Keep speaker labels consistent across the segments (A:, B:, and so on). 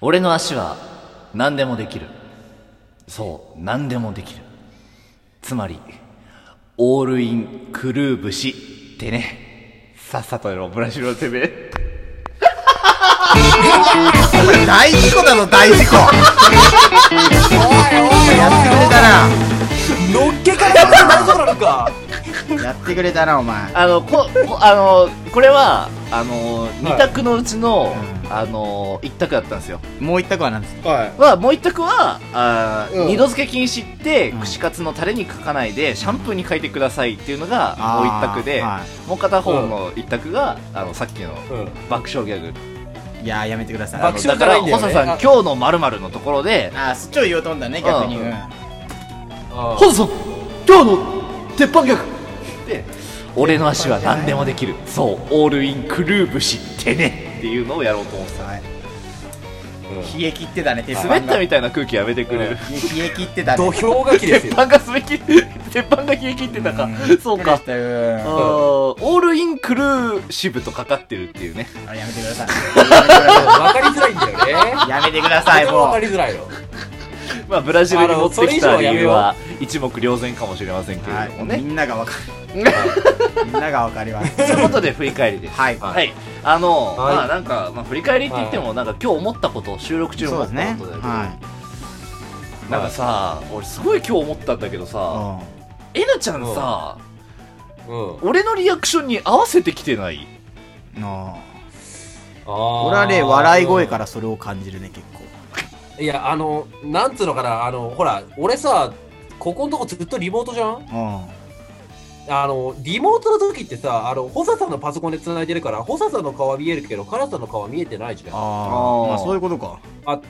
A: 俺の足は何でもできるそう何でもできるつまりオールインクルーブシってねさっさとやろうブラジルのてめえ
B: これ大事故だぞ大事故おいおいやってくれたな
C: のっけからやってなぞなのか
B: やってくれたなお前
A: あのここあのこれはあの2択のうちの、あの1択だったんですよ
B: もう一択は何ですか
D: はい
A: はもう一択はあー、
D: うん
A: 二度漬け禁止って、
B: うん
A: 串カツのタレに書かないでシャンプーに書いてくださいっていうのがもう一択で、
B: あーは
A: もう片方の一択が、あのさっきの
D: うん
A: 爆笑ギャグ
B: いやーやめてください
A: あの
D: 爆笑
A: だから
D: じゃないんだよね
A: 細さん
D: あ
A: 今日のまるまるのところで
B: あーそっちを言おうと思ったね逆に
A: う
B: うんん
D: あ
A: 細さん今日の鉄板ギャグで俺の足は何でもできるそうオールインクルーブしってねっていうのをやろうと思ってた
B: 冷え切ってたね鉄板
A: 滑
B: が
A: ったみたいな空気やめてくれる、
B: 冷え切ってたね
D: 土俵がきです
A: 鉄
D: よ
A: 板が滑り切鉄板が冷え切ってたか、そうか
B: うんうん
A: あーオールインクルーシブとかかってるっていうね
B: あれやめてくださ
D: わかりづらいんだよね
B: いやめてください
D: とてもわ
B: も
D: か
B: う
D: りづらいよ
A: まあブラジルに持ってきた
D: あのそれ以上は
A: 理
D: やめ
A: 由
D: よう
A: は一目瞭然かもしれませんけれ
B: は
A: ども
B: い
A: ね、
B: みんながわかるみんながわかります
A: ということで振り返りです
B: はい
A: はい、あの、
D: はい
A: まあなんか、まあ、振り返りって言っても、なんか今日思ったこと収録中
B: そう
A: 思
B: で
A: っ
B: す
A: た
B: ね
A: ことだけど、
B: はい
A: なんかさ俺すごい今日思ったんだけどさ
B: う
A: えなちゃんさ
D: うん
A: 俺のリアクションに合わせてきてない
B: んあー
D: 俺
B: 俺はね笑い声からそれを感じるね結構
D: いやあのなんつうのかなあのほら俺さここのとこずっとリモートじゃん
B: う
D: あのリモートの時ってさあのホサさんのパソコンで繋いでるからホサさんの顔は見えるけどカラさんの顔は見えてないじゃん
B: ん
D: あ
B: あ
A: ー
B: あまあそういうことか
D: っ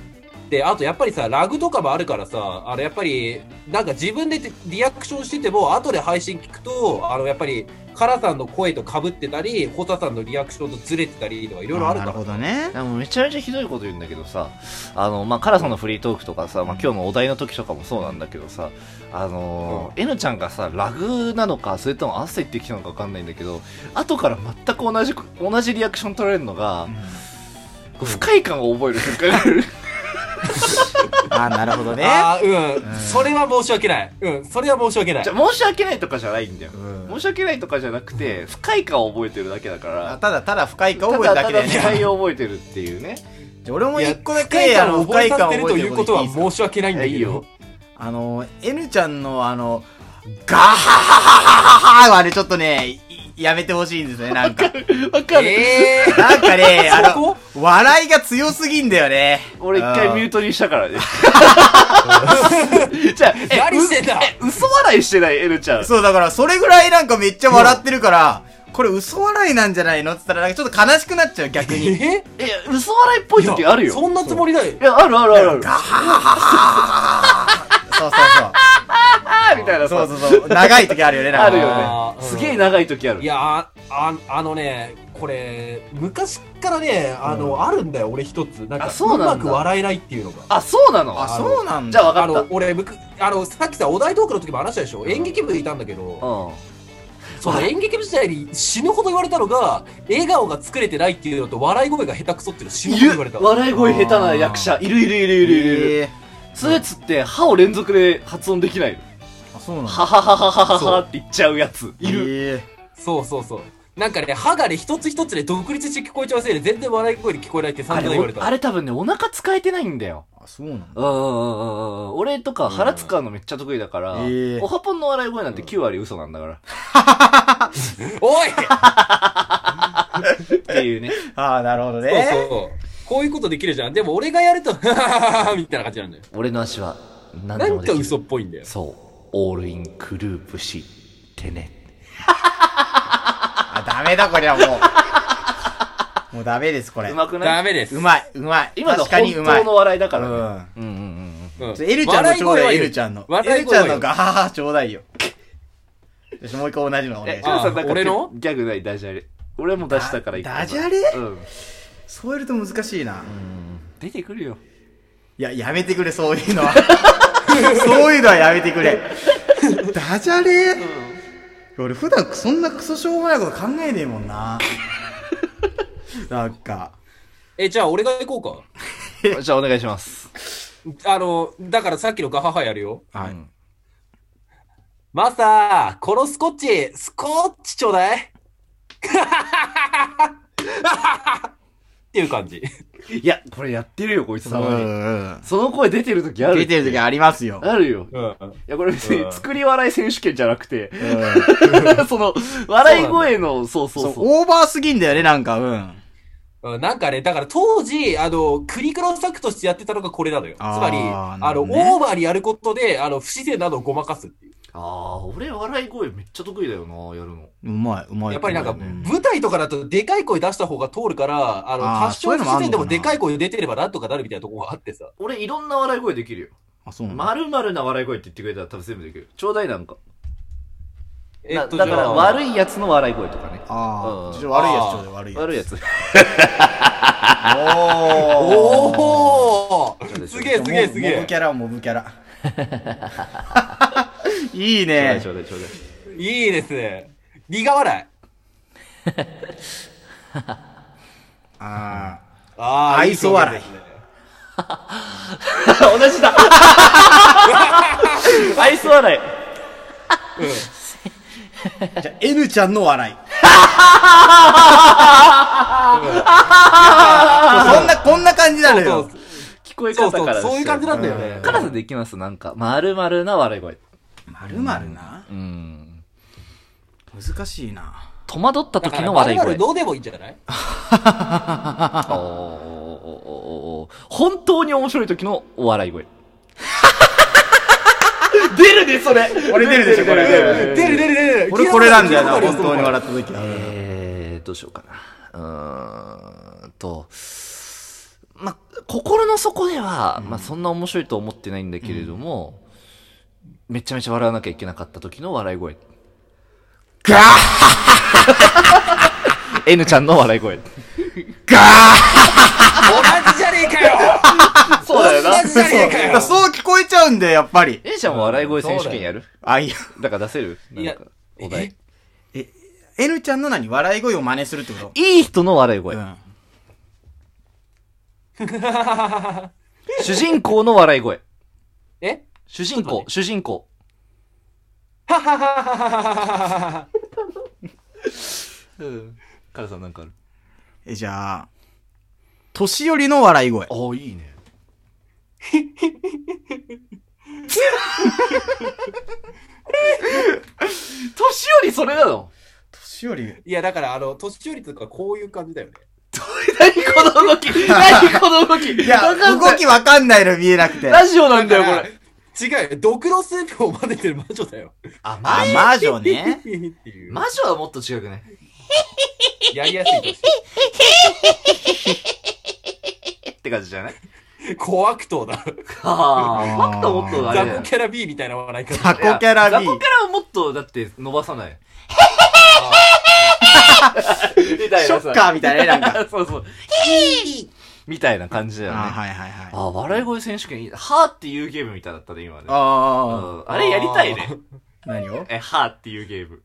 D: てあとやっぱりさラグとかもあるからさあのやっぱりなんか自分でリアクションしてても後で配信聞くとあのやっぱりカラさんの声と被ってたりホサさんのリアクションとずれてたりとかいろいろある
B: ー
D: か
B: な
D: ら
B: るほどね
A: でもめちゃめちゃひどいこと言うんだけどさ、あの、まあ、カラさんのフリートークとかさ、まあ、今日のお題の時とかもそうなんだけどさ、あのー、N ちゃんがさ、ラグなのか、それとも汗ってきたのかわかんないんだけど、後から全く同じ、同じリアクション取られるのが
B: う、ん
A: 不快感を覚える瞬間がある。
B: ああなるほどね
D: あーうん、
B: うん
D: それは申し訳ないうんそれは申し訳な い
A: じゃ、申し訳ないとかじゃないんだよ
B: う。ん
A: 申し訳ないとかじゃなくて、不快感を覚えてるだけだか
B: あ
A: ら、
B: ただただ不快感を
A: た
B: 覚
A: だ
B: えただ
A: た
B: け
A: だ
B: で
A: 不快を覚えてるっていうね。
B: じゃあ俺も
D: いや
B: 一個だけあの不快感を覚え
D: と
B: て
D: い
B: る
D: う
B: こ
D: こと
B: と
D: は
B: はもう
D: 申し訳ないんだ
A: い
D: け
A: いよ
D: ど。
B: あの N ちゃんのあのガハハハハハはあれちょっとねいやめてほしいんですねなんか
A: わかる。
D: えー
B: なんかねあ
D: そこ
B: の笑いが強すぎんだよね
A: 俺一回ミュー
B: ト
A: トにしたからね。 じゃあ、え
D: 何してんだ
A: え嘘笑いしてない、エルちゃん。
B: そうだからそれぐらいなんかめっちゃ笑ってるからこれ嘘笑いなんじゃないのって言ったらなんかちょっと悲しくなっちゃう逆
D: え
B: に
D: ー
A: え、嘘笑いっぽい時あるよ。
D: そんなつもりない。
A: いや、あるあるあるある。
B: ガハハハハそうそ
A: あーみたいな
B: うそうそうそうそう長い時あるよねなんか
A: あるよ
D: あ
A: ね。
D: ー
A: すげえ長い時ある。
D: いやああ、あのね、これ、昔からね、あの、あるんだよ、俺一つ。なんか、
A: あそうなんだ
D: まく笑えないっていうのが。
A: あ、そうなの
B: あそうなん
A: じゃ
B: だ
A: あ
D: あ
A: 分か
D: の
A: っ、
D: 俺、むくあの、さっきさ、お題トークの時も話したでしょ演劇部いたんだけど
A: た。、うん。
D: その演劇部時代に死ぬほど言われたのが、笑顔が作れてないっていうのと、笑い声が下手くそっていうの死ぬ
A: い
D: ほど言われ
A: る
D: た。
A: 笑い声下手な役者、いるいるいるいるいるいる。
B: え
A: そういうやつって、歯を連続で発音できない。
B: ーあそうなんだ
A: はははははははって言っちゃうやつ、いる。
B: る
D: そうそうそう。なんかね、歯がね、一つ一つで独立して聞こえちゃうせいで、全然笑い声に聞こえないって散
A: あ
D: 々言われ
A: れ、
D: た。
A: あれ多分ね、お腹使えてないんだよ。
B: あそ うなんだ
A: うんうんうんうんうん。俺とか腹使うのめっちゃ得意だから、
B: ええ
A: おはぽんの笑い声なんて9割嘘なんだから。
D: おい
A: っていうね。
B: ああなるほど
D: そう
B: ね
D: そうこういうことできるじゃん。でも俺がやると、 はははみたいな感じなんだよ。
A: 俺の足は何
D: な
A: で
D: ん
A: もでき
D: か
A: る。
D: 嘘っぽいんだよ。
A: そう。オールインクループし、てね。
B: あダメだこりゃも うもうダメですこれ
A: うまくな
D: ダ
A: い
D: メです。
B: うまいうまい
A: 今の
B: 確
A: 本
B: かにうまい
A: 当の笑いだ
B: う
A: からね。うん
B: ん
A: うんうん
D: うん
B: ちょエルちゃんのちょうだいエルちゃんのエ
D: 笑い
B: ルちゃん
D: 声は
B: の
D: いい
B: ガハハちょう だいよよしもう一回同じのお願い
A: え、
B: し
A: ジ
B: ま
A: ョ
D: あ
A: ーさんなんか
D: 俺の
A: ギャグないダジャレ。俺も出したから一個
B: ダダジャレ
A: うん。
B: すそうやると難しいな
A: 出てくるよ。
B: いややめてくれそういうのは そういうのはやめてくれダジャレ俺普段そんなクソしょうもないこと考えねえもんななんか
D: え、じゃあ俺が行こうか。
A: じゃあお願いします。
D: あの、だからさっきのガハハやるよ。
B: は
A: う
B: い。
A: ん
D: マサー、このスコッチ、スコッチちょうだい。っていう感じ。
A: いや、これやってるよ、こいつ
B: う
A: たまに。
B: んうん。
A: その声出てる時ある。
B: 出てる時
A: あ
B: ありますよ。
A: るよ。
D: うん。
A: いや、これ別に
D: うん
A: 作り笑い選手権じゃなくて、
B: うん
A: その、笑い声の、そう
B: そ
A: そうう、そう。
B: オーバーすぎんだよね、なんか、うん。
D: うんなんかね、だから当時、あの、クリクロ作としてやってたのがこれなのよ。つ
B: あー
D: まり、
B: な
D: あ
B: る
D: の、
B: ほどね
D: オーバーにやることで、あの、不自然などをごまかすっていう。
A: ああ、俺笑い声めっちゃ得意だよな、やるの。
B: うまい、うまい。
D: やっぱりなんか、
B: う
D: 舞台とかだとでかい声出した方が通るから、あの、
B: あー
D: 発
B: そうい
D: 症
B: うの
D: 不
B: もあ
D: 自
B: んの
D: 然
B: かな
D: でもでかい声出てればなんとかなるみたいなとこがあってさ。
A: 俺いろんな笑い声できるよ。
B: あ、そうなんだ。
A: まるまるな笑い声って言ってくれたら多分全部できる。ちょうだいなんか。
D: え
A: な
D: っと、
A: だから悪
D: い。
A: いやつの笑い声とかね。
B: あ
A: うん
B: あ、ちょ悪いやつ、ちょうだい悪いやつ。
A: 悪いやつ。
D: おーすげえすげえすげ
B: モブ
D: え
B: キャラ、モブキ ャラ。いい
A: ちょうだい
B: ね
A: ち。ょうだいちょうだい。
D: いいですね。苦笑い。
B: あ
D: ああ、
B: 愛想笑い
D: いい表現ですね。
A: 同じだ愛想笑い。
B: あ。じゃあ、N ちゃんの 笑い。そんな、こんな感じなの
D: そ
B: よ
D: う。
A: 聞こえ方から
D: そうそうそういう感じなんだよ
A: ね。
D: ね。
A: カラスできますなんか、まるまるな笑い声。
B: まるまるな
A: う。ん。
B: 難しいな。
A: 戸惑った
D: だか
A: 時
D: ら
A: の笑い
D: 丸
A: 声。
D: 々どうでもいいんじゃない
A: おーおーおーおー本当に面白い時のお笑い声。出るね、それ
B: 俺出るでしょ、これ。
D: 出る出る出る。
B: 俺これなんだよな、
D: 聞いた
B: 本
D: こと
B: 当
D: ある
B: に
D: よ
B: 笑った時は。
A: えー、どうしようかな。うーんと、ま、心の底では、まあ、そんな面白いと思ってないんだけれども、めちゃめちゃ笑わなきゃいけなかった時の笑い声。
B: ガー
A: N ちゃんの笑い 声。
B: ガー
D: 同じじゃねえかよ
A: そうだよな
D: 同じじゃねえかよ
B: そう聞こえちゃうんだよ、やっぱり。
A: N ちゃんも笑い声選手権やる
B: あ、いや。
A: だから出せるなん
D: いや
A: か、お題。
B: え、N ちゃんの何笑い声を真似するってこと
A: いい人の笑い声
B: う。ん。
A: 主人公の笑い声。
D: え
A: 主人公、主人公。
D: はははははは
A: うん。カラさんなんかある
B: え、じゃあ、年寄りの笑い声。
A: ああ、いいね。年寄りそれなの
B: 年寄り
D: いや、だから、あの、年寄りとかこういう感じだよね。
A: 何この動き何この動き
B: いや、動きわかんないの見えなく て。
A: ラジオなんだよ、これ。
D: れ。違うよ。ドクロスープを混ぜてる魔女だよ。
A: あ、
B: あ、
A: ジ
B: 魔女
D: えっ
B: ね。
D: ていう。
A: 魔女はもっと違くね。
D: やりやすいとして
A: えって感じじゃない
D: 小悪党だ。
A: ああ、もっともっとあれ
D: ザ
A: だ
D: コ
A: よ。
D: キャラ B みたいな笑い
B: ザ
D: 方。
B: コキャラ
A: い
B: B
A: やザコキャラをもっと、だって、伸ばさない。 みたいな
B: ショ
A: さ
B: ッカーみたいなね、なんか。
A: そうそう。みたいな感じだ
B: あ、
A: よね。
B: はいはいはい。あ
A: あ、笑い声選手権いい。はーっていうゲームみたいだったね、今ね。うん
B: あ
A: あれやりたいね。
B: ー。何を
A: え、はーっていうゲーム。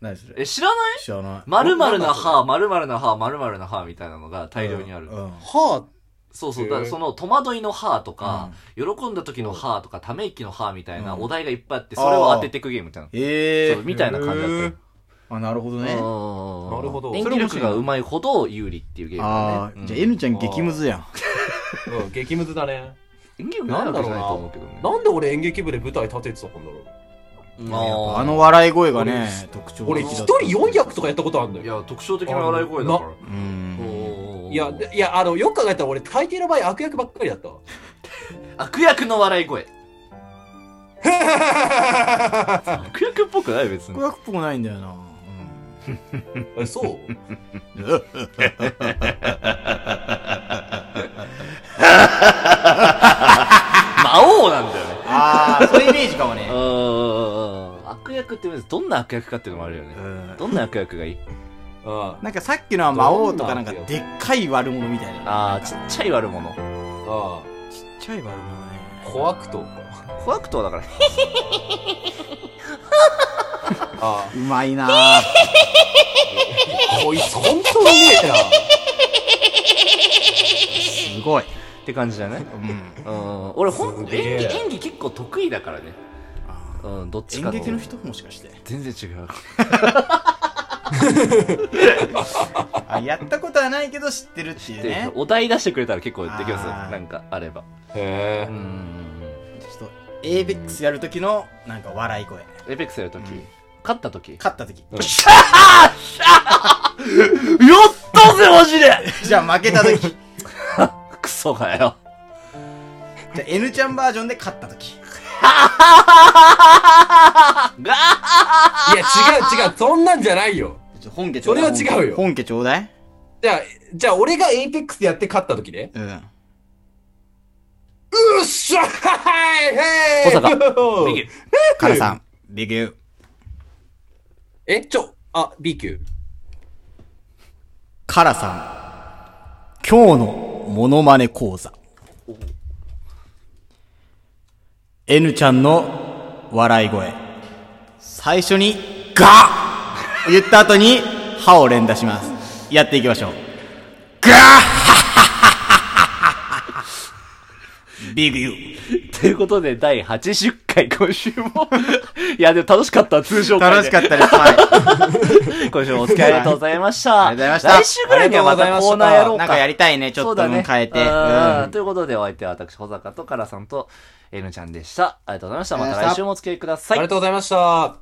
B: 何それ
A: え、知らない
B: 知らない。
A: まるまるなはー、まるまるなはー、まるまるなはーみたいなのが大量にある。
B: うん。
D: は
A: そう
D: へ
A: そう。
D: ー
A: だからその戸惑いのはーとか、喜んだ時のはーとか、ため息のはーみたいな
B: うん
A: お題がいっぱいあって、それを当てていくゲームみたいな。
B: え
A: そう
B: え。
A: みたいな感じだったよ
D: へー
B: あ、なるほど
A: うん
B: ね。
D: なるほど
A: 演技力が上手いほど有利っていうゲーム
B: あ
A: だね。う
B: あ、
A: ん
B: じゃあ N ちゃん激ムズやん。
D: あ。うん、激ムズだね。
A: 演技力な
D: ない
A: わ
D: んだ
A: けじ
D: ろ
A: ゃな
D: う
A: い
D: な
A: と思うけどね。
D: なんで俺演劇部で舞台立ててたんだろう。
B: やっぱあ
A: の
B: の笑い声がね、特徴的
D: 俺
B: だっ
D: 一
B: た
D: 人4役とかやったことあるんだ
A: い
D: よ。
A: や、特徴的な笑い声だから。
B: う
A: おー
B: ん。
A: おーおー
D: いや、でいや、あの、よく考えたら俺、大抵の場合悪役ばっかりだったわ。
A: 悪役の笑い声。悪役っぽくない別
B: 子。役っぽくないんだよな。うん
D: えそう
A: 魔王なんだよね。
B: ああ、そういうイメージかもね。
A: うん。悪役って別にどんな悪役かっていうのもあるよね。
B: うん
A: どんな悪役がいい
D: あ
B: なんかさっきのは魔王とかなんか
D: どんなん
B: でっかい悪者みたいな。
A: ああ、ちっちゃい悪者。
D: あ、あ
B: ちっちゃい悪者ね。
D: あ、怖くとか。
A: 怖くとはだから。
D: あ
B: うまいなぁ。
D: あ、こいつ本当にねえな。
B: すごい。
A: って感じじゃない、うん、俺ほん
D: すげえ
A: 演技演技結構得意だからね、
B: あー
A: うん、どっち
B: 演
A: かと
B: 劇の人もしかして
A: 全然違う
B: あやったことはないけど知ってるっていう
A: で、
B: ね
A: お題出してくれたら結構できますよ
B: あー
A: なんかあれば
D: へ
A: う
D: え。
A: ん
B: ちょっとエーベックスやる時のなんか笑い声
A: エペックスやるとき、
B: うん
A: 勝ったとき
B: 勝った時
D: うん
A: やったぜマジで
B: じゃあ負けた 時じ
A: クソがよ
B: ゃあ N ちゃんバージョンで勝った時
D: いや、違う違う、そんなんじゃないよ。
B: ちょ本家
D: ちょうだいそれは違うよ
B: 本家ちょうだい
D: じゃあ、じゃあ俺がエイペックスでやって勝った時ね。
B: うん
D: うっしゃはい
A: 小
D: へい
A: 坂
D: よー
A: ビ
B: カラさ んビギュー
D: え、ちょ、あ、B 級。
B: カラさん今日のモノマネ講座 N ちゃんの笑い声最初にガー言った後に歯を連打しますやっていきましょうガー ビッグユー
A: ということで、第80回、今週も。 いや、でも楽しかった、通常回で。
B: かったです、は
A: 今週もお疲れありがとうございました。
B: ありがとうございまし
A: 来
B: た
A: 週ぐらいにはまたコーナーやろう
B: な
A: か。
B: んかやりたいねちょっと
A: そうだね
B: うん変えて
A: うん
B: うん
A: ということで、お相手は私、保坂とカラさんと N ちゃんでした。ありがとうございました。また来週もお付き合いくださ
D: あ
A: い
D: りが。とうございました。